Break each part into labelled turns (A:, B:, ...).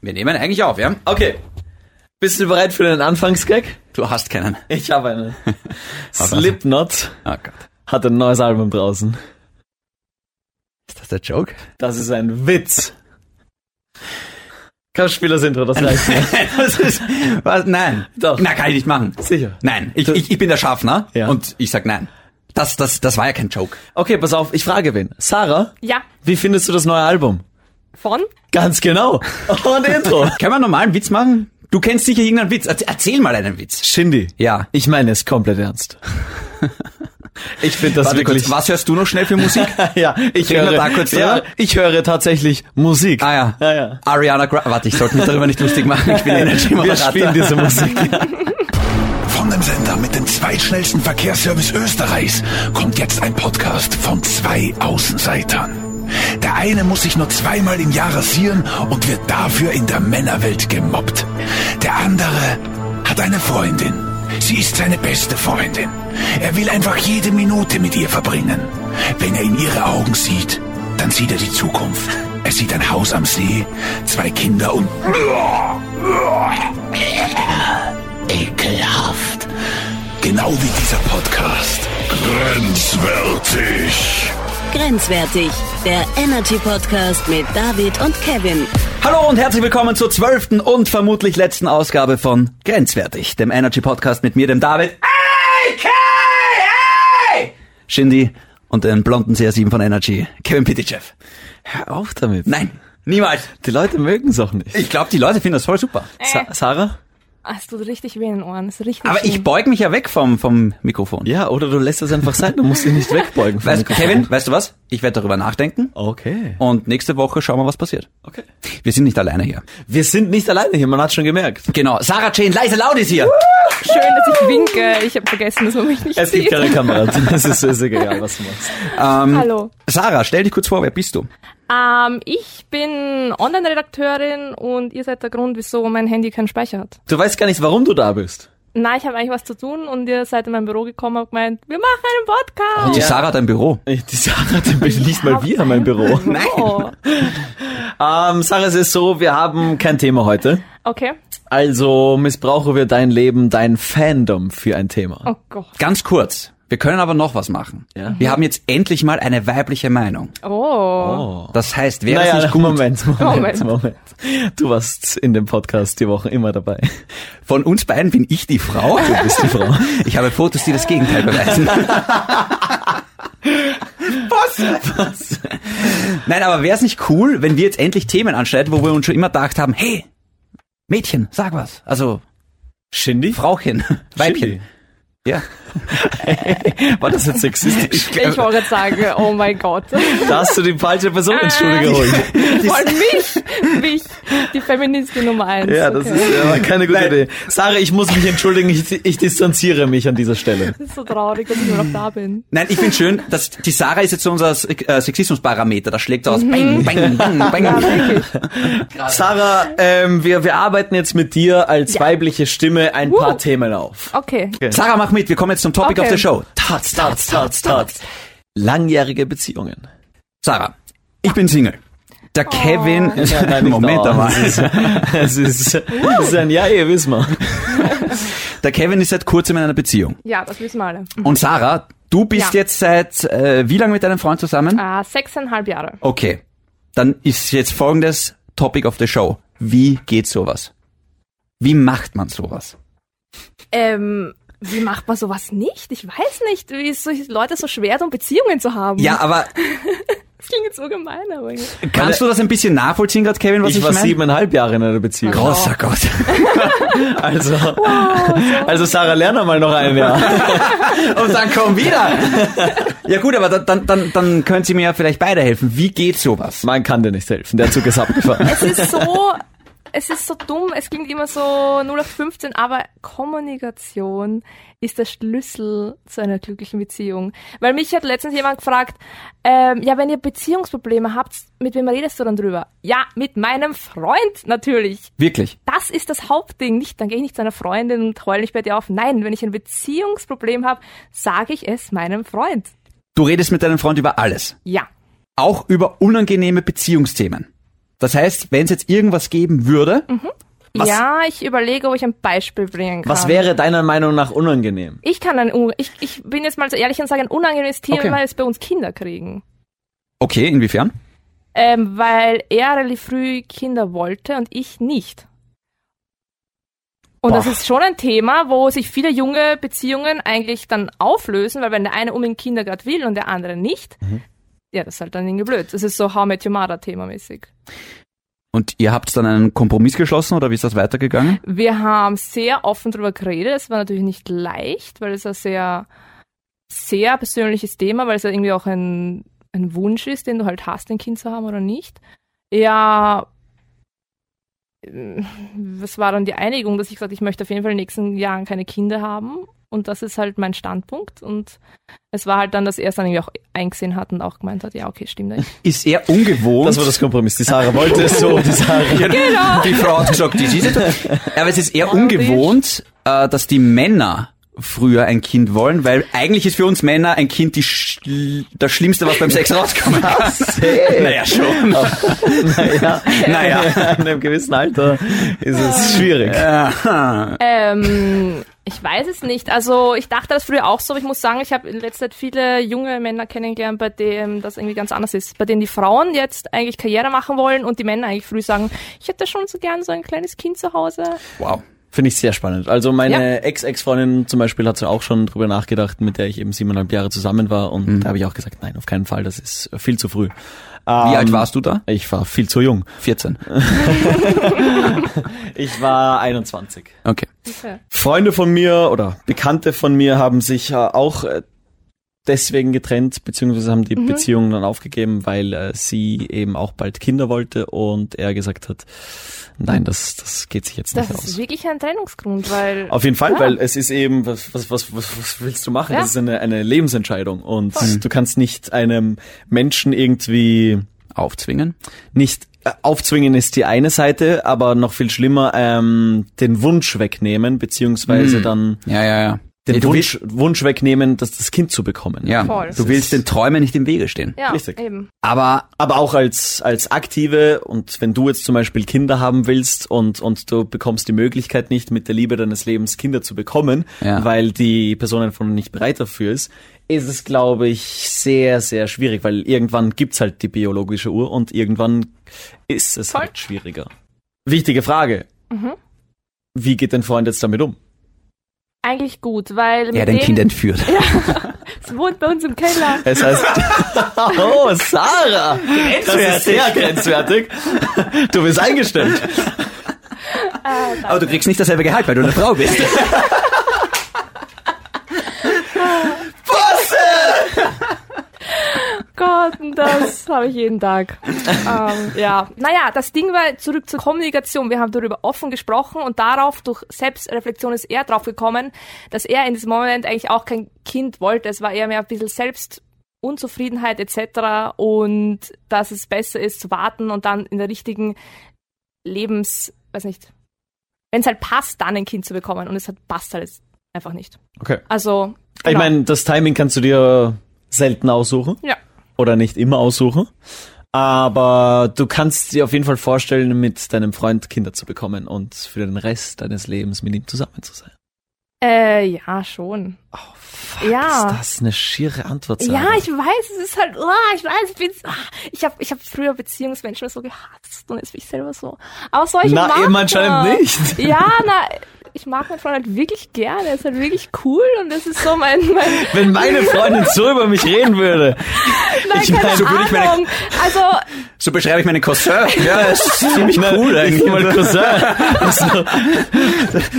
A: Wir nehmen eigentlich auf, ja?
B: Okay. Bist du bereit für den Anfangsgag?
A: Du hast keinen.
B: Ich habe einen.
A: was?
B: Slipknot
A: Oh Gott.
B: hat ein neues Album draußen.
A: Ist das der Joke?
B: Das ist ein Witz. Komm, spiel das Intro, das reicht mir.
A: das ist, was? Nein.
B: Doch.
A: Na, kann ich nicht machen.
B: Sicher.
A: Nein. Ich, ich, ich bin der Schaffner
B: Ja.
A: und ich sag nein. Das, das, das war ja kein Joke.
B: Okay, pass auf, ich frage wen. Sarah,
C: Ja,
B: wie findest du das neue Album?
C: von?
B: Ganz genau. Und Intro.
A: Können wir einen normalen Witz machen? Du kennst sicher irgendeinen Witz. Erz- Erzähl mal einen Witz.
B: Shindy.
A: Ja.
B: Ich meine es komplett ernst. Ich finde das
A: Warte
B: wirklich.
A: kurz, was hörst du noch schnell für Musik?
B: ja, ich
A: Reden wir
B: höre,
A: da kurz
B: ja,
A: drüber?
B: ich höre tatsächlich Musik.
A: Ah ja.
B: Ja, ja.
A: Ariana Grande. Warte, ich sollte mich darüber nicht lustig machen. Ich bin
B: Wir
A: Energiemoderator.
B: spielen diese Musik.
D: Von dem Sender mit dem zweitschnellsten Verkehrsservice Österreichs kommt jetzt ein Podcast von zwei Außenseitern. Der eine muss sich nur zweimal im Jahr rasieren und wird dafür in der Männerwelt gemobbt. Der andere hat eine Freundin. Sie ist seine beste Freundin. Er will einfach jede Minute mit ihr verbringen. Wenn er in ihre Augen sieht, dann sieht er die Zukunft. Er sieht ein Haus am See, zwei Kinder und... Ekelhaft. Genau wie dieser Podcast. Grenzwertig.
E: Grenzwertig, der Energy Podcast mit David und Kevin.
A: Hallo und herzlich willkommen zur zwölften und vermutlich letzten Ausgabe von Grenzwertig, dem Energy Podcast mit mir, dem David. Ey, Kai, ey! Shindy und den blonden CR7 von Energy, Kevin Pitychev.
B: Hör auf damit.
A: Nein, niemals.
B: Die Leute mögen es auch nicht.
A: Ich glaube, die Leute finden das voll super.
B: Sa Sarah?
C: Ah, es tut richtig weh in den Ohren. Es ist richtig
A: Aber ich
C: schlimm.
A: beug mich ja weg vom, vom Mikrofon.
B: Ja, oder du lässt es einfach sein, du musst dich nicht wegbeugen. vom
A: Weißt,
B: Mikrofon.
A: Kevin, weißt du was? Ich werde darüber nachdenken
B: Okay.
A: und nächste Woche schauen wir, was passiert.
B: Okay.
A: Wir sind nicht alleine hier.
B: Wir sind nicht alleine hier, man hat schon gemerkt.
A: Genau, Sarah Jane leise laut ist hier.
C: Schön, dass ich winke. Ich habe vergessen, dass man mich nicht
B: Es gibt ähm, keine
C: sieht.
B: Kamera. Es ist, ist egal, was du machst.
C: Hallo.
A: Sarah, stell dich kurz vor, wer bist du?
C: Ähm, ich bin Online-Redakteurin und ihr seid der Grund, wieso mein Handy keinen Speicher hat.
B: Du weißt gar nicht, warum du da bist.
C: Na, ich habe eigentlich was zu tun und ihr seid in mein Büro gekommen und gemeint, wir machen einen Podcast.
A: Die Sarah hat ein Büro.
B: Ich- Die Sarah, die nicht Oh, mal wir haben ein Büro.
C: Oh.
B: Ähm, Sarah, es ist so, wir haben kein Thema heute.
C: Okay.
B: Also missbrauchen wir dein Leben, dein Fandom für ein Thema.
C: Oh Gott.
A: Ganz kurz. Wir können aber noch was machen.
B: Ja.
A: Wir haben jetzt endlich mal eine weibliche Meinung.
C: Oh.
A: Das heißt, wäre es
B: Naja,
A: nicht gut,
B: Moment, Moment,
C: Moment.
B: Moment. Du warst in dem Podcast die Woche immer dabei.
A: von uns beiden bin ich die Frau.
B: Du bist die Frau.
A: Ich habe Fotos, die das Gegenteil beweisen. was? Nein, aber wäre es nicht cool, wenn wir jetzt endlich Themen anschneiden, wo wir uns schon immer gedacht haben, hey, Mädchen, sag was. Also,
B: Shindy?
A: Frauchen, Weibchen. Ja.
B: War das jetzt sexistisch?
C: Ich wollte gerade sagen, oh mein Gott.
B: Da hast du die falsche Person ins Studio geholt.
C: Von mich, mich, die Feministin Nummer eins.
B: Ja, das
C: okay.
B: ist ja, keine gute Idee. Sarah, ich muss mich entschuldigen, ich, ich distanziere mich an dieser Stelle.
C: Das ist so traurig, dass ich nur noch da bin.
A: Nein, ich finde schön, dass die Sarah ist jetzt so unser äh, Sexismusparameter. Das schlägt so aus. Bang, bang, bang,
C: Ja,
A: bang.
C: wirklich.
B: Sarah, ähm, wir, wir arbeiten jetzt mit dir als weibliche Stimme ein paar Themen auf.
C: Okay.
A: Sarah, mach mit. Wir kommen jetzt zum Topic
C: Okay.
A: of the Show.
B: Tats, tats, tats, tats. Langjährige Beziehungen.
A: Sarah, ich bin Single. Der
C: Oh.
A: Kevin,
B: Ja, nein, nicht
A: Moment
B: dauern.
A: einmal.
B: Es ist, es ist, es ist ein Ja, ihr wisst mal.
A: Der Kevin ist seit kurzem in einer Beziehung.
C: Ja, das wissen wir alle.
A: Und Sarah, du bist
C: Ja.
A: jetzt seit äh, wie lange mit deinem Freund zusammen?
C: Ah, sechseinhalb Jahre.
A: Okay. Dann ist jetzt folgendes Topic of the Show. Wie geht sowas? Wie macht man sowas?
C: Ähm, wie macht man sowas nicht? Ich weiß nicht, wie es solche Leute so schwer tun, Beziehungen zu haben.
A: Ja, aber
C: Das klingt jetzt so gemein, aber irgendwie.
A: kannst du das ein bisschen nachvollziehen gerade, Kevin, was
B: Ich,
A: ich,
B: war
A: meine?
B: siebeneinhalb Jahre in einer Beziehung.
A: Großer Gott.
B: Also, also Sarah, lerne mal noch ein Jahr.
A: Und dann komm wieder. Ja gut, aber dann- dann, dann, dann können Sie mir ja vielleicht beide helfen. Wie geht sowas?
B: Man kann dir nicht helfen, der Zug ist abgefahren.
C: Es ist so, es ist so dumm, es klingt immer so 0 auf 15, aber Kommunikation ist der Schlüssel zu einer glücklichen Beziehung. Weil mich hat letztens jemand gefragt, ähm, ja, wenn ihr Beziehungsprobleme habt, mit wem redest du dann drüber? Ja, mit meinem Freund natürlich.
A: Wirklich?
C: Das ist das Hauptding. Nicht, dann gehe ich nicht zu einer Freundin und heule nicht bei dir auf. Nein, wenn ich ein Beziehungsproblem habe, sage ich es meinem Freund.
A: Du redest mit deinem Freund über alles.
C: Ja.
A: Auch über unangenehme Beziehungsthemen. Das heißt, wenn es jetzt irgendwas geben würde, Was-
C: Ja, ich überlege, ob ich ein Beispiel bringen kann.
B: Was wäre deiner Meinung nach unangenehm?
C: Ich kann ein, un- ich, ich bin jetzt mal so ehrlich und sage, ein unangenehmes Thema
A: Okay.
C: ist bei uns Kinder kriegen.
A: okay, inwiefern?
C: Ähm, weil er relativ früh Kinder wollte und ich nicht. Und das
A: Boah.
C: ist schon ein Thema, wo sich viele junge Beziehungen eigentlich dann auflösen, weil wenn der eine unbedingt Kinder gerade will und der andere nicht, ja, das ist halt dann irgendwie blöd. Das ist so How Met Your Mother themamäßig.
A: Und ihr habt dann einen Kompromiss geschlossen oder wie ist das weitergegangen?
C: Wir haben sehr offen drüber geredet. Es war natürlich nicht leicht, weil es ein sehr, sehr persönliches Thema, weil es ja irgendwie auch ein, ein Wunsch ist, den du halt hast, ein Kind zu haben oder nicht. Ja, mm, was war dann die Einigung, dass ich gesagt ich möchte auf jeden Fall in den nächsten Jahren keine Kinder haben. Und das ist halt mein Standpunkt. Und es war halt dann, dass er es dann irgendwie auch eingesehen hat und auch gemeint hat, ja, okay, stimmt eigentlich.
A: Ist eher ungewohnt.
B: Das war das Kompromiss. Die Sarah wollte es so, die Sarah.
A: Genau. Die Frau hat gesagt, die ist Aber es ist eher ungewohnt, äh, dass die Männer früher ein Kind wollen, weil eigentlich ist für uns Männer ein Kind die schl das Schlimmste, was beim Sex rauskommen
B: Ah,
A: kann. Naja, schon.
B: Ja.
A: Naja.
B: In einem gewissen Alter ist es schwierig.
C: Ähm, ich weiß es nicht. Also ich dachte das früher auch so, aber ich muss sagen, ich habe in letzter Zeit viele junge Männer kennengelernt, bei denen das irgendwie ganz anders ist. Bei denen die Frauen jetzt eigentlich Karriere machen wollen und die Männer eigentlich früh sagen, ich hätte schon so gern so ein kleines Kind zu Hause.
A: Wow.
B: Finde ich sehr spannend. Also meine
C: Ja.
B: Ex-Ex-Freundin zum Beispiel hat so auch schon drüber nachgedacht, mit der ich eben siebeneinhalb Jahre zusammen war und da habe ich auch gesagt, nein, auf keinen Fall, das ist viel zu früh. Ähm,
A: Wie alt warst du da?
B: Ich war viel zu jung.
A: 14.
B: Ich war 21.
A: Okay.
B: Freunde von mir oder Bekannte von mir haben sich äh, auch äh, deswegen getrennt, beziehungsweise haben die Beziehung dann aufgegeben, weil äh, sie eben auch bald Kinder wollte und er gesagt hat, nein, das, das geht sich jetzt
C: Das
B: nicht
C: ist
B: aus.
C: wirklich ein Trennungsgrund, weil
B: Auf jeden Fall,
C: Ja.
B: weil es ist eben, was, was, was, was, was willst du machen?
C: Ja.
B: Das ist eine, eine Lebensentscheidung und du kannst nicht einem Menschen irgendwie
A: Aufzwingen.
B: nicht äh, aufzwingen ist die eine Seite, aber noch viel schlimmer ähm, den Wunsch wegnehmen, beziehungsweise dann
A: Ja, ja, Mhm. ja.
B: den
A: Nee, du, willst,
B: Wunsch, Wunsch wegnehmen, das, das Kind zu bekommen.
A: ja.
C: Voll.
A: du willst den Träumen nicht im Wege stehen.
C: ja,
B: richtig.
C: eben.
A: Aber
B: Aber auch als, als Aktive und wenn du jetzt zum Beispiel Kinder haben willst und, und du bekommst die Möglichkeit nicht mit der Liebe deines Lebens Kinder zu bekommen,
A: Ja.
B: weil die Person einfach noch nicht bereit dafür ist, ist es, glaube ich, sehr, sehr schwierig, weil irgendwann gibt's halt die biologische Uhr und irgendwann ist es
C: Voll.
B: halt schwieriger. Wichtige Frage. Wie geht dein Freund jetzt damit um?
C: Eigentlich gut, weil
A: er
C: mit
A: dein
C: dem
A: Kind entführt.
C: es wohnt bei uns im Keller.
B: Es heißt, oh, Sarah, das ist sehr grenzwertig. Du bist eingestellt.
C: genau.
A: Aber du kriegst nicht dasselbe Gehalt, weil du eine Frau bist.
C: Gott, und das habe ich jeden Tag. ähm, ja, naja, das Ding war zurück zur Kommunikation. Wir haben darüber offen gesprochen und darauf durch Selbstreflexion ist er drauf gekommen, dass er in diesem Moment eigentlich auch kein Kind wollte. Es war eher mehr ein bisschen Selbstunzufriedenheit etc. und dass es besser ist zu warten und dann in der richtigen Lebens, weiß nicht, wenn es halt passt, dann ein Kind zu bekommen und es halt passt halt jetzt einfach nicht.
B: Okay.
C: Also,
B: Ich
C: genau.
B: meine, das Timing kannst du dir selten aussuchen
C: ja.
B: oder nicht immer aussuchen. Aber du kannst dir auf jeden Fall vorstellen, mit deinem Freund Kinder zu bekommen und für den Rest deines Lebens mit ihm zusammen zu sein.
C: Äh, ja, schon.
B: Fuck,
C: Ja.
B: Ist das eine schiere Antwort?
C: Ja,
B: Sarah.
C: ich weiß, es ist halt, ah, ich weiß, ich bin, ah, ich habe ich hab früher Beziehungsmenschen so gehasst und jetzt bin ich selber so. Aber solche
B: Na,
C: mag
B: eben
C: er.
B: anscheinend nicht.
C: Ja, na, ich mag meinen Freund halt wirklich gerne, er ist halt wirklich cool und das ist so mein, mein
B: Wenn meine Freundin so über mich reden würde.
C: nein,
B: ich
C: keine
B: meine, so
A: würde ich meine-
C: Ahnung. Also,
A: So beschreibe ich meinen Cousin. Ja, das ist ziemlich cool
B: Na,
A: eigentlich.
B: Ist mal Cousin.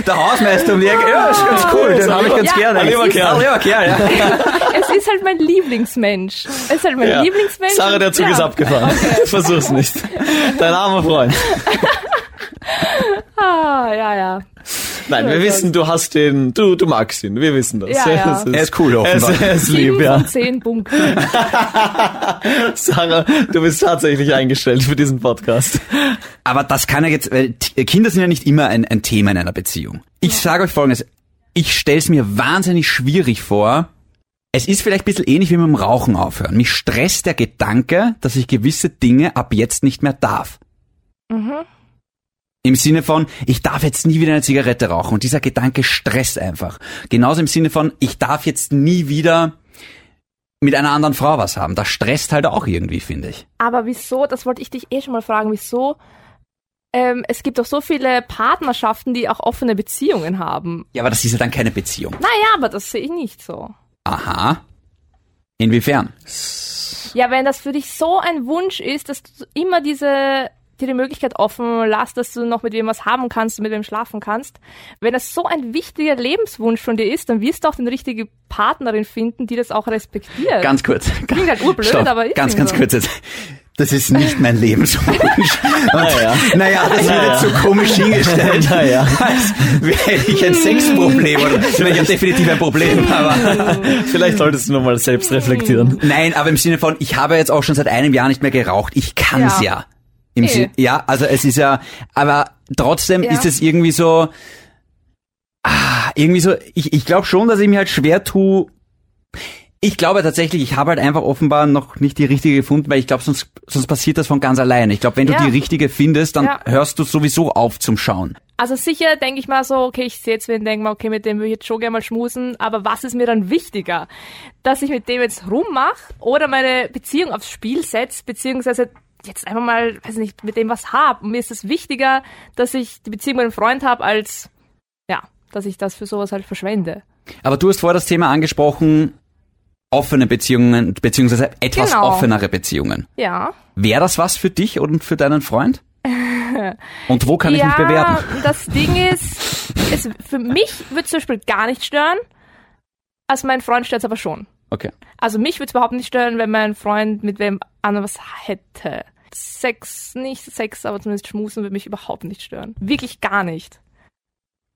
A: Der Hausmeister um die Ecke. Ja, ist ganz cool. Den habe ich ganz
C: Ja,
A: gerne.
C: ein
B: lieber
A: Ist-
B: Kerl.
A: Ein lieber Kerl, ja.
C: es ist halt mein Lieblingsmensch. Es ist halt mein
B: Ja.
C: Lieblingsmensch.
B: Sarah, der Zug
C: ja.
B: ist abgefahren. Versuch's nicht. Dein armer Freund.
C: Ah, ja, ja.
B: Nein, wir wissen, du hast den, du, du magst ihn. Wir wissen das.
C: Ja, ja.
B: Es ist-
A: Er ist cool
B: Es,
A: offenbar.
B: er ist lieb,
C: Sieben
B: ja.
C: von zehn Punkten.
B: Sarah, du bist tatsächlich eingestellt für diesen Podcast.
A: Aber das kann ja jetzt, weil T- äh, Kinder sind ja nicht immer ein, ein Thema in einer Beziehung. Ich sage euch folgendes, ich stelle es mir wahnsinnig schwierig vor. Es ist vielleicht ein bisschen ähnlich wie mit dem Rauchen aufhören. Mich stresst der Gedanke, dass ich gewisse Dinge ab jetzt nicht mehr darf. Im Sinne von, ich darf jetzt nie wieder eine Zigarette rauchen. Und dieser Gedanke stresst einfach. Genauso im Sinne von, ich darf jetzt nie wieder mit einer anderen Frau was haben. Das stresst halt auch irgendwie, finde ich.
C: Aber wieso, das wollte ich dich eh schon mal fragen, wieso? Ähm, es gibt doch so viele Partnerschaften, die auch offene Beziehungen haben.
A: Ja, aber das ist ja dann keine Beziehung.
C: Naja, aber das sehe ich nicht so.
A: Aha. Inwiefern?
C: Ja, wenn das für dich so ein Wunsch ist, dass du immer diese dir die Möglichkeit offen lässt, dass du noch mit wem was haben kannst und mit wem schlafen kannst. Wenn das so ein wichtiger Lebenswunsch von dir ist, dann wirst du auch den richtigen Partnerin finden, die das auch respektiert.
A: Ganz kurz.
C: Äh, Klingt halt urblöd,
A: Stopp.
C: aber ist
A: Ganz,
C: eben
A: ganz
C: so.
A: kurz jetzt. Das ist nicht mein Lebenswunsch. naja. naja, das wird jetzt so komisch hingestellt.
B: Naja.
A: Als wäre ich ein Sexproblem oder ich meine, ich habe definitiv ein Problem, aber
B: Vielleicht solltest du nochmal selbst reflektieren.
A: nein, aber im Sinne von, ich habe jetzt auch schon seit einem Jahr nicht mehr geraucht. Ich kann es ja.
C: Ja.
A: Im
C: Eh.
A: Sin- ja, also es ist ja, aber trotzdem
C: Ja.
A: ist es irgendwie so, ah, irgendwie so, ich, ich glaube schon, dass ich mir halt schwer tue. Ich glaube tatsächlich, ich habe halt einfach offenbar noch nicht die richtige gefunden, weil ich glaube, sonst, sonst passiert das von ganz alleine. Ich glaube, wenn du
C: Ja.
A: die richtige findest, dann
C: Ja.
A: hörst du sowieso auf zum Schauen.
C: Also sicher denke ich mal so, okay, ich sehe jetzt wen, denke mal, okay, mit dem will ich jetzt schon gerne mal schmusen, aber was ist mir dann wichtiger? Dass ich mit dem jetzt rummache oder meine Beziehung aufs Spiel setze, beziehungsweise jetzt einfach mal, weiß nicht, mit dem was hab. Und mir ist es wichtiger, dass ich die Beziehung mit einem Freund habe, als, ja, dass ich das für sowas halt verschwende.
A: Aber du hast vorher das Thema angesprochen, offene Beziehungen, beziehungsweise etwas
C: Genau.
A: offenere Beziehungen.
C: Ja.
A: Wäre das was für dich und für deinen Freund? Und wo kann ich
C: ja,
A: mich bewerten?
C: Das Ding ist, es, für mich würde es zum Beispiel gar nicht stören, als mein Freund stört es aber schon.
A: Okay.
C: Also mich würde es überhaupt nicht stören, wenn mein Freund mit wem anderem was hätte. Sex, nicht Sex, aber zumindest Schmusen würde mich überhaupt nicht stören. Wirklich gar nicht.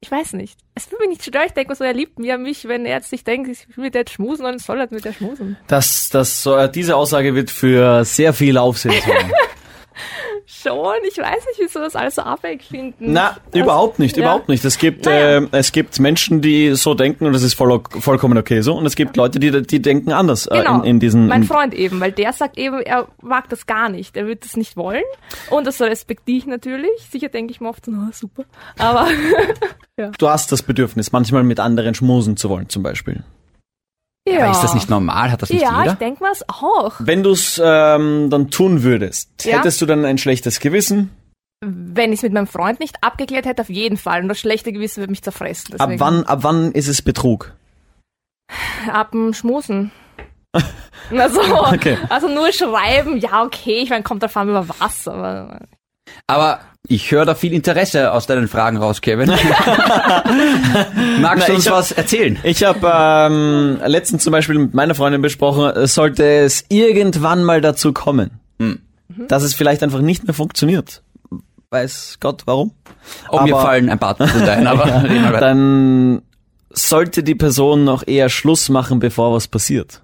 C: Ich weiß nicht. Es würde mich nicht stören. Ich denke mir so, er liebt mir mich, wenn er jetzt nicht denkt, ich will mit der jetzt schmusen, dann soll er mit der schmusen.
B: Das, das, so- äh, diese Aussage wird für sehr viel Aufsehen sorgen.
C: Schon, ich weiß nicht, wieso das alles so abweg finden.
B: Na,
C: Das-
B: überhaupt nicht,
C: Ja.
B: überhaupt nicht. Es gibt,
C: Naja.
B: äh, es gibt Menschen, die so denken und das ist voll, ok- vollkommen okay so. Und es gibt Leute, die, die denken anders äh,
C: Genau.
B: in, in diesen.
C: mein
B: in-
C: Freund eben, weil der sagt eben, er mag das gar nicht, er wird das nicht wollen und das respektiere ich natürlich. Sicher denke ich mir oft, na super, aber
B: du hast das Bedürfnis, manchmal mit anderen schmusen zu wollen, zum Beispiel.
C: ja.
A: Ist das nicht normal? Hat das nicht
C: Ja, ich
A: jeder?
C: denke mal es auch.
B: Wenn du es ähm, dann tun würdest,
C: Ja.
B: hättest du dann ein schlechtes Gewissen?
C: Wenn ich es mit meinem Freund nicht abgeklärt hätte, auf jeden Fall. Und das schlechte Gewissen würde mich zerfressen.
B: Ab
C: deswegen.
B: wann, ab wann ist es Betrug?
C: Ab dem Schmusen. Na so.
B: Okay.
C: Also nur schreiben, ja, okay, ich meine, kommt drauf an, über was, aber
A: Aber ich höre da viel Interesse aus deinen Fragen raus, Kevin. Magst
B: Na,
A: du
B: ich
A: uns
B: hab-
A: was erzählen?
B: Ich habe ähm, letztens zum Beispiel mit meiner Freundin besprochen, es sollte es irgendwann mal dazu kommen, dass es vielleicht einfach nicht mehr funktioniert. Weiß Gott warum.
A: Oh, mir
B: aber-
A: fallen ein paar Punkte ein, aber reden wir weiter.
B: Dann sollte die Person noch eher Schluss machen, bevor was passiert.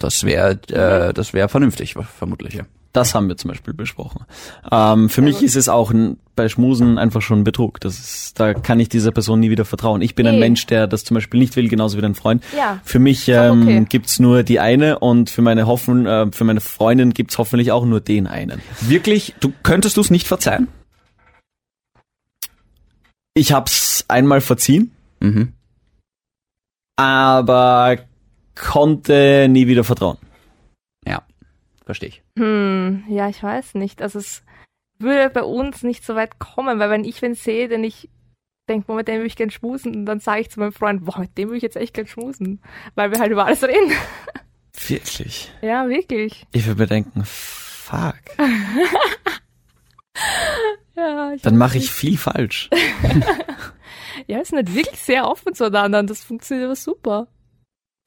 A: das wäre äh, das wäre vernünftig, vermutlich. Ja.
B: Das haben wir zum Beispiel besprochen. Ähm, für
C: Also-
B: mich ist es auch n- bei Schmusen einfach schon Betrug. Das ist, da kann ich dieser Person nie wieder vertrauen. Ich bin ein
C: Nee.
B: Mensch, der das zum Beispiel nicht will, genauso wie dein Freund.
C: Ja.
B: Für mich
C: auch
B: ähm,
C: okay.
B: gibt's nur die eine und für meine Hoffen, äh, für meine Freundin gibt's hoffentlich auch nur den einen.
A: Wirklich, du könntest du es nicht verzeihen?
B: Ich hab's einmal verziehen,
A: Mhm.
B: aber konnte nie wieder vertrauen.
A: Ja, verstehe ich.
C: hm, ja, ich weiß nicht. Also es würde bei uns nicht so weit kommen, weil wenn ich wen sehe, den ich denke, boah, mit dem würde ich gern schmusen, und dann sage ich zu meinem Freund, boah, mit dem würde ich jetzt echt gern schmusen, weil wir halt über alles reden.
B: Wirklich?
C: Ja, wirklich.
B: Ich würde mir denken, fuck,
C: Ja, ich
B: dann mache ich viel falsch.
C: Ja, wir sind halt wirklich sehr offen zueinander und das funktioniert aber super.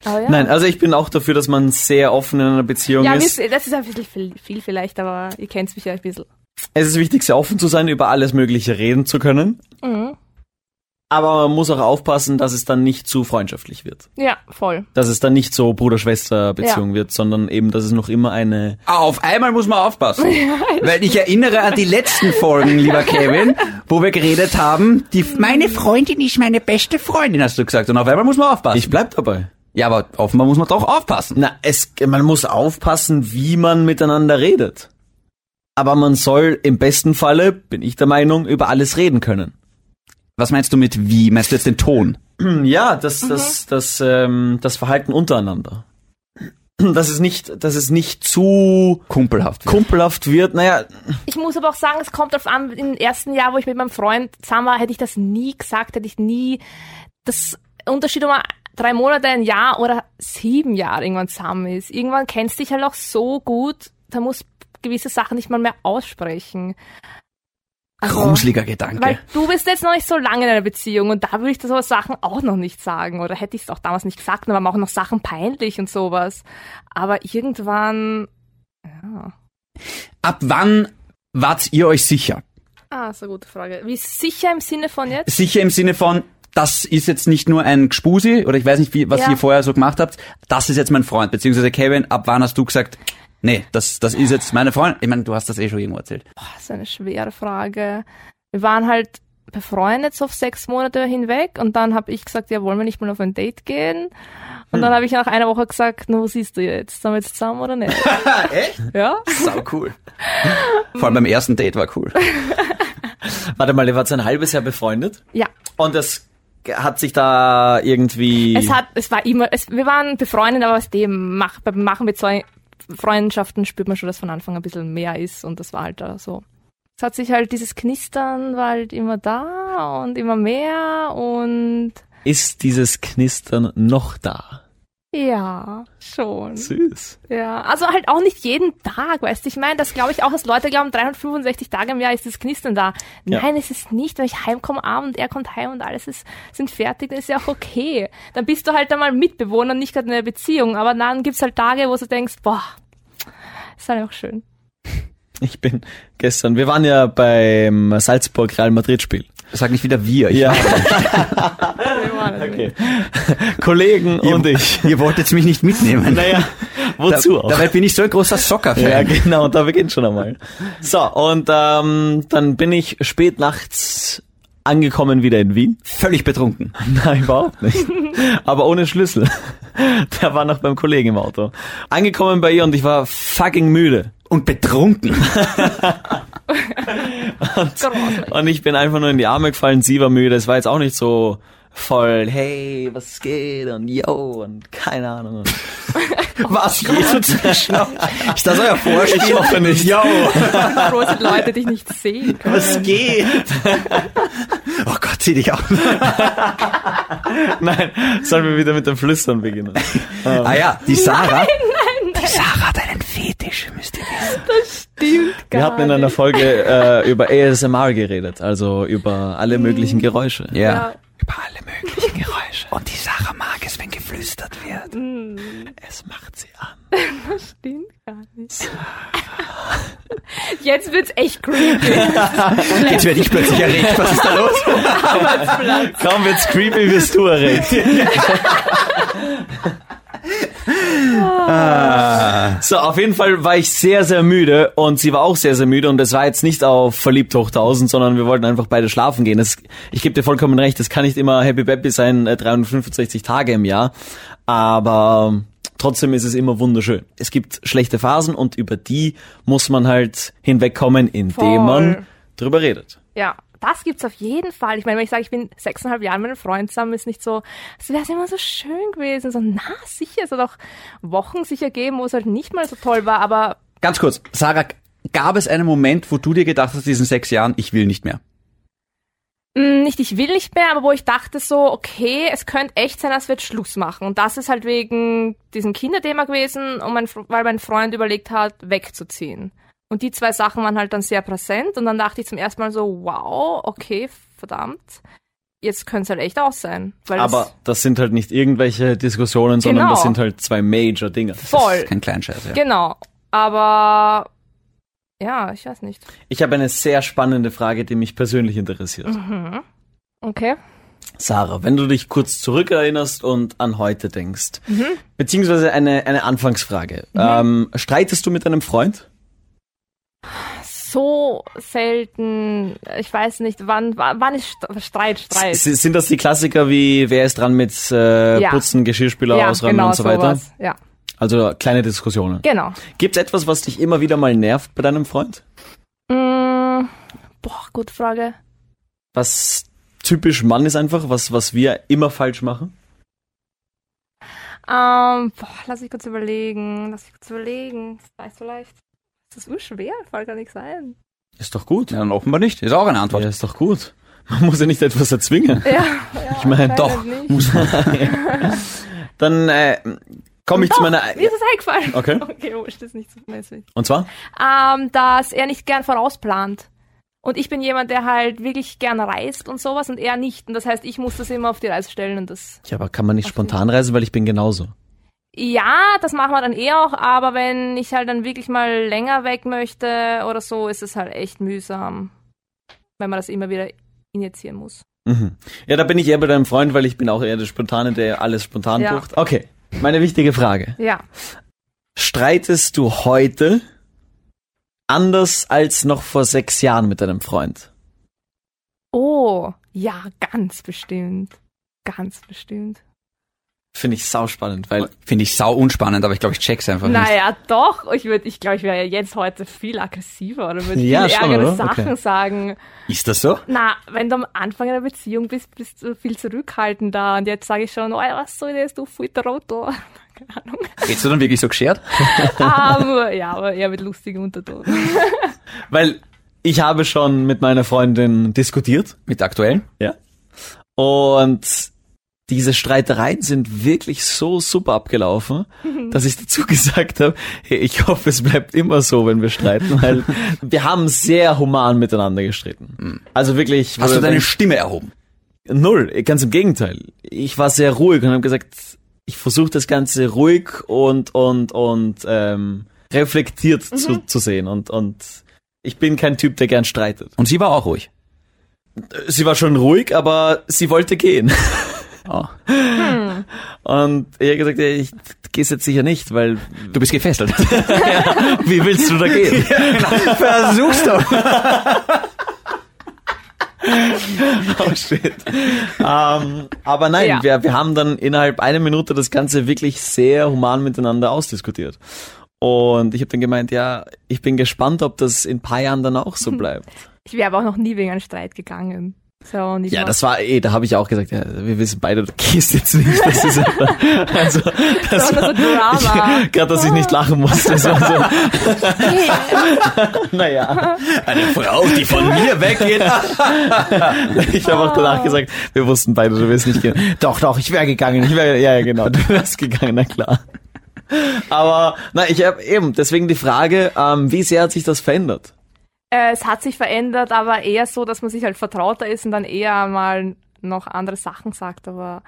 C: Aber ja.
B: Nein, also ich bin auch dafür, dass man sehr offen in einer Beziehung
C: ja,
B: ist.
C: wisst ihr, das ist ein bisschen viel, viel vielleicht, aber ihr kennt mich ja ein bisschen.
B: Es ist wichtig, sehr offen zu sein, über alles Mögliche reden zu können.
C: Mhm.
B: Aber man muss auch aufpassen, dass es dann nicht zu freundschaftlich wird.
C: Ja, voll.
B: Dass es dann nicht so Bruder-Schwester-Beziehung wird, sondern eben, dass es noch immer eine...
A: Auf einmal muss man aufpassen. weil ich erinnere an die letzten Folgen, lieber Kevin, wo wir geredet haben, die, meine Freundin ist meine beste Freundin, hast du gesagt. Und auf einmal muss man aufpassen.
B: Ich bleib dabei.
A: ja, aber offenbar muss man doch aufpassen.
B: Na, es, man muss aufpassen, wie man miteinander redet. aber man soll im besten Falle, bin ich der Meinung, über alles reden können.
A: Was meinst du mit wie? Meinst du jetzt den Ton?
B: Hm, Ja, das, das, das, ähm, das Verhalten untereinander. Dass es nicht, dass es nicht zu
A: Kumpelhaft.
B: kumpelhaft wird. Naja,
C: Ich muss aber auch sagen, es kommt darauf an, im ersten Jahr, wo ich mit meinem Freund zusammen war, hätte ich das nie gesagt, hätte ich nie das Unterschied um drei Monate, ein Jahr oder sieben Jahre irgendwann zusammen ist. Irgendwann kennst du dich halt auch so gut, da musst gewisse Sachen nicht mal mehr aussprechen. Also,
A: Gruseliger Gedanke.
C: Weil du bist jetzt noch nicht so lange in einer Beziehung und da würde ich das aber Sachen auch noch nicht sagen oder hätte ich es auch damals nicht gesagt, dann waren mir auch noch Sachen peinlich und sowas. Aber irgendwann,
A: Ab wann wart ihr euch sicher?
C: ah, so gute Frage. Wie sicher im Sinne von jetzt?
A: Sicher im Sinne von, das ist jetzt nicht nur ein Gspusi oder ich weiß nicht, wie, was
C: Ja.
A: ihr vorher so gemacht habt. Das ist jetzt mein Freund. Beziehungsweise Kevin, ab wann hast du gesagt, nee, das, das ist jetzt meine Freundin? Ich meine, du hast das eh schon irgendwo erzählt.
C: Das ist eine schwere Frage. Wir waren halt befreundet so auf sechs Monate hinweg und dann habe ich gesagt, ja, wollen wir nicht mal auf ein Date gehen? Und dann habe ich nach einer Woche gesagt, na, wo siehst du jetzt? Sind wir jetzt zusammen oder nicht?
A: Echt?
C: ja?
A: Sau cool. Vor allem beim ersten Date war cool.
B: warte mal, ihr wart ein halbes Jahr befreundet
C: Ja.
B: und das hat sich da irgendwie.
C: Es hat, es war immer, es, wir waren befreundet, aber aus dem mach, beim Machen mit zwei Freundschaften spürt man schon, dass von Anfang ein bisschen mehr ist und das war halt da so. Es hat sich halt dieses Knistern war halt immer da und immer mehr und
B: ist dieses Knistern noch da?
C: ja, schon.
B: Süß.
C: Ja, also halt auch nicht jeden Tag, weißt du, ich meine, das glaube ich auch, dass Leute glauben, 365 Tage im Jahr ist das Knistern da.
B: Ja.
C: Nein, es ist nicht, wenn ich heimkomme Abend, er kommt heim und alles ist, sind fertig, dann ist ja auch okay. Dann bist du halt einmal Mitbewohner und nicht gerade in einer Beziehung, aber dann gibt's halt Tage, wo du denkst, boah, ist halt auch schön.
B: Ich bin gestern, wir waren ja beim Salzburg Real Madrid Spiel.
A: Sag nicht wieder wir. Ich,
B: Ja, Kollegen und ich.
A: Ihr wolltet mich nicht mitnehmen.
B: Naja,
A: Da,
B: wozu auch?
A: dabei bin ich so ein großer Soccer-Fan.
B: Ja, genau, da beginnt schon einmal. So, und ähm, dann bin ich spät nachts angekommen wieder in Wien.
A: Völlig betrunken.
B: Nein, überhaupt nicht. Aber ohne Schlüssel. Der war noch beim Kollegen im Auto. Angekommen bei ihr und ich war fucking müde.
A: Und betrunken.
C: Großartig.
B: Und ich bin einfach nur in die Arme gefallen, sie war müde. Es war jetzt auch nicht so voll, hey, was geht und yo und keine Ahnung.
A: Was geht so zwischen euch? Ist das euer Vorspiel? Ich hoffe nicht. Yo.
C: Große Leute dich nicht sehen können.
A: Was geht? Oh Gott, zieh dich auf.
B: Nein, sollen wir wieder mit dem Flüstern beginnen?
A: Ah ja, die Sarah.
C: Nein, nein,
A: Sarah hat einen Fetisch, müsst ihr wissen.
C: stimmt gar
B: Wir hatten in einer
C: nicht.
B: Folge äh, über ASMR geredet, also über alle möglichen Geräusche.
C: Mm. Ja.
A: Über alle möglichen Geräusche. Und die Sarah mag es, wenn geflüstert wird.
B: Es macht sie an.
C: Stimmt gar nicht. Jetzt wird's echt creepy.
A: Jetzt werde ich plötzlich erregt. Was ist da los?
B: Kaum wird's creepy, wirst du erregt. So, auf jeden Fall war ich sehr, sehr müde und sie war auch sehr, sehr müde und es war jetzt nicht auf verliebt hoch 1000, sondern wir wollten einfach beide schlafen gehen. Das, ich gebe dir vollkommen recht, es kann nicht immer Happy Baby sein, äh, 365 Tage im Jahr, aber ähm, trotzdem ist es immer wunderschön. Es gibt schlechte Phasen und über die muss man halt hinwegkommen, indem
C: Voll.
B: man drüber redet.
C: Ja, das gibt's auf jeden Fall. Ich meine, wenn ich sage, ich bin sechseinhalb Jahre mit einem Freund zusammen, ist nicht so, es wäre immer so schön gewesen. So, na, sicher, es hat auch Wochen sicher gegeben, wo es halt nicht mal so toll war, aber
A: Ganz kurz, Sarah, gab es einen Moment, wo du dir gedacht hast, diesen sechs Jahren, ich will nicht mehr?
C: mh, mm, nicht, ich will nicht mehr, aber wo ich dachte so, okay, es könnte echt sein, dass wir jetzt Schluss machen. Und das ist halt wegen diesem Kinderthema gewesen, und mein, Fr- weil mein Freund überlegt hat, wegzuziehen. Und die zwei Sachen waren halt dann sehr präsent und dann dachte ich zum ersten Mal so, wow, okay, verdammt, jetzt könnte es halt echt aus sein. Weil
B: Aber
C: es-
B: das sind halt nicht irgendwelche Diskussionen, sondern
C: Genau.
B: das sind halt zwei Major Dinge.
A: Das
C: voll.
A: ist kein Kleinscheiß, ja.
C: Genau. Aber ja, ich weiß nicht.
B: Ich habe eine sehr spannende Frage, die mich persönlich interessiert.
C: Okay.
B: Sarah, wenn du dich kurz zurückerinnerst und an heute denkst, beziehungsweise eine, eine Anfangsfrage.
C: Mhm.
B: Ähm, streitest du mit deinem Freund?
C: So selten, ich weiß nicht, wann, wann wann ist St- Streit, Streit?
B: S sind das die Klassiker wie, wer ist dran mit äh,
C: Ja. genau
B: Putzen, Geschirrspüler ausräumen und so weiter?
C: sowas. Ja,
B: Also kleine Diskussionen.
C: genau.
B: Gibt's etwas, was dich immer wieder mal nervt bei deinem Freund?
C: Mm, Boah, gute Frage.
B: Was typisch Mann ist einfach, was, was wir immer falsch machen.
C: Ähm, boah, lass mich kurz überlegen. Lass mich kurz überlegen. Das weiß vielleicht. Das ist urschwer, fällt gar nichts ein.
B: Ist doch gut.
A: Ja, dann offenbar nicht. Ist auch eine Antwort.
B: Ja, ist doch gut. Man muss ja nicht etwas erzwingen.
C: Ja,
B: Ich meine,
A: doch.
C: Nicht.
B: Dann äh, komme ich
C: Doch,
B: zu meiner.
C: Mir ist es eingefallen.
B: Okay.
C: Okay, wurscht, das ist nicht so mäßig.
B: Und zwar?
C: Ähm, dass er nicht gern vorausplant. Und ich bin jemand, der halt wirklich gern reist und sowas und er nicht. Und das heißt, ich muss das immer auf die Reise stellen und das.
B: Ja, aber kann man nicht spontan reisen, weil ich bin genauso.
C: Ja, das machen wir dann eh auch, aber wenn ich halt dann wirklich mal länger weg möchte oder so, ist es halt echt mühsam, wenn man das immer wieder injizieren muss.
B: Mhm. Ja, da bin ich eher bei deinem Freund, weil ich bin auch eher der Spontane, der alles spontan
C: Ja.
B: bucht. Okay, meine wichtige Frage.
C: Ja.
B: Streitest du heute anders als noch vor sechs Jahren mit deinem Freund?
C: Oh, ja, ganz bestimmt. Ganz bestimmt.
B: Finde ich sauspannend, weil
A: Finde ich sau unspannend, aber ich glaube, ich check's einfach nicht.
C: Naja, doch. Ich würde, ich glaube, ich wäre ja jetzt heute viel aggressiver oder würde
B: Ja,
C: viel
B: schon,
C: ärgere
B: oder?
C: Sachen
B: Okay.
C: sagen.
A: Ist das so?
C: Na, wenn du am Anfang einer Beziehung bist, bist du viel zurückhaltender und jetzt sage ich schon, oh, was soll das, du Futterrottel. Keine Ahnung.
A: Redst du dann wirklich so geschert?
C: aber, ja, aber eher mit lustigem Unterton.
B: Weil ich habe schon mit meiner Freundin diskutiert.
A: Mit der aktuellen?
B: Ja. Und diese Streitereien sind wirklich so super abgelaufen,
A: Mhm.
B: dass ich dazu gesagt habe, hey, ich hoffe, es bleibt immer so, wenn wir streiten, weil wir haben sehr human miteinander gestritten. Also wirklich.
A: Mhm. Hast
B: wo
A: du
B: wir
A: deine
B: denken-
A: Stimme erhoben?
B: Null, ganz im Gegenteil. Ich war sehr ruhig und habe gesagt, ich versuche das Ganze ruhig und und und ähm, reflektiert
A: Mhm.
B: zu, zu sehen und und ich bin kein Typ, der gern streitet.
A: Und sie war auch ruhig.
B: Sie war schon ruhig, aber sie wollte gehen.
A: Oh.
B: Und ich habe gesagt, ey, ich geh's jetzt sicher nicht, weil
A: Du bist gefesselt.
B: wie willst du da gehen?
A: Versuch's doch.
B: oh shit. Ähm, aber nein,
C: Ja.
B: wir, wir haben dann innerhalb einer Minute das Ganze wirklich sehr human miteinander ausdiskutiert. Und ich habe dann gemeint, ja, ich bin gespannt, ob das in ein paar Jahren dann auch so bleibt.
C: Ich wäre aber auch noch nie wegen einem Streit gegangen. So, und ich
B: Ja,
C: war-
B: das war eh, da habe ich auch gesagt, ja, wir wissen beide, du gehst jetzt nicht. Das ist einfach, also,
C: das
B: das
C: war so
B: war,
C: Drama.
B: gerade, dass ich nicht lachen muss, das war so, naja.
A: Eine Frau, die von mir weggeht.
B: Ich habe auch danach
C: Ah.
B: gesagt, wir wussten beide, du wirst nicht gehen. Doch, doch, ich wäre gegangen. Ich wäre, ja, ja, genau, du wärst gegangen, na klar. Aber, na, ich habe eben, deswegen die Frage, ähm, wie sehr hat sich das verändert?
C: Äh, es hat sich verändert, aber eher so, dass man sich halt vertrauter ist und dann eher mal noch andere Sachen sagt, aber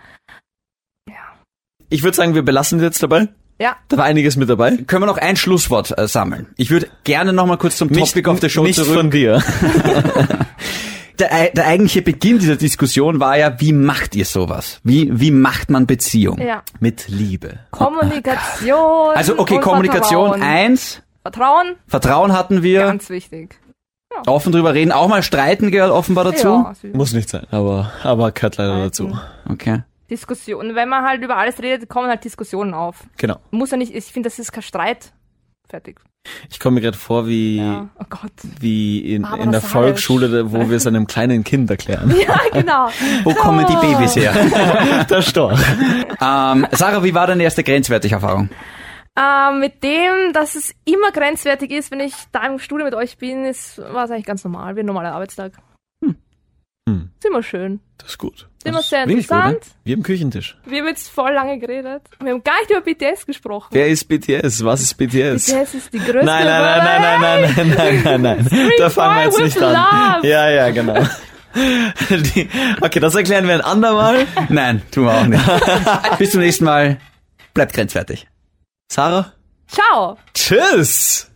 B: Ich würde sagen, wir belassen es jetzt dabei.
C: ja.
B: Da war einiges mit dabei.
A: Können wir noch ein Schlusswort äh, sammeln? Ich würde gerne noch mal kurz zum Topic of the Show
B: nicht
A: zurück.
B: von dir.
A: Der, ei- der eigentliche Beginn dieser Diskussion war ja, wie macht ihr sowas? Wie, wie macht man Beziehung?
C: Ja.
A: Mit Liebe.
C: Kommunikation.
A: Also okay,
C: und
A: Kommunikation
C: Vertrauen. genau.
A: eins.
C: Vertrauen,
A: Vertrauen hatten wir.
C: ganz wichtig.
A: Offen drüber reden. Auch mal streiten gehört offenbar dazu.
C: Ja, süß.
B: Muss nicht sein, aber, aber gehört leider dazu.
A: Okay.
C: Diskussion. Wenn man halt über alles redet, kommen halt Diskussionen auf.
B: Genau.
C: Muss ja nicht, ich finde, das ist kein Streit. Fertig.
B: Ich komme mir gerade vor wie,
C: Ja. Oh Gott.
B: wie in,
C: Barbara
B: in der
C: Salisch.
B: Volksschule, wo wir es einem kleinen Kind erklären.
C: Ja, genau.
A: Wo kommen die Babys her?
B: Der Storch.
A: ähm, Sarah, wie war deine erste grenzwertige Erfahrung?
C: Ähm, mit dem, dass es immer grenzwertig ist, wenn ich da im Studio mit euch bin, ist, war es eigentlich ganz normal, wie ein normaler Arbeitstag.
B: Hm.
C: Ist immer schön.
B: Das ist gut.
C: Ist immer sehr
B: wirklich gut, ne?
C: interessant.
B: Wie am Küchentisch.
C: Wir haben jetzt voll lange geredet. Wir haben gar nicht über BTS gesprochen.
B: Wer ist BTS? Was ist BTS?
C: BTS ist die größte
B: Nein, nein, nein, nein, nein, nein, nein, nein, nein, nein, Da fangen wir jetzt
C: with
B: nicht an.
C: love.
B: Ja, ja, genau. Die, okay, das erklären wir ein andermal.
A: Nein, tun wir auch nicht. Bis zum nächsten Mal. Bleibt grenzwertig.
B: Sarah?
C: Ciao.
B: Tschüss!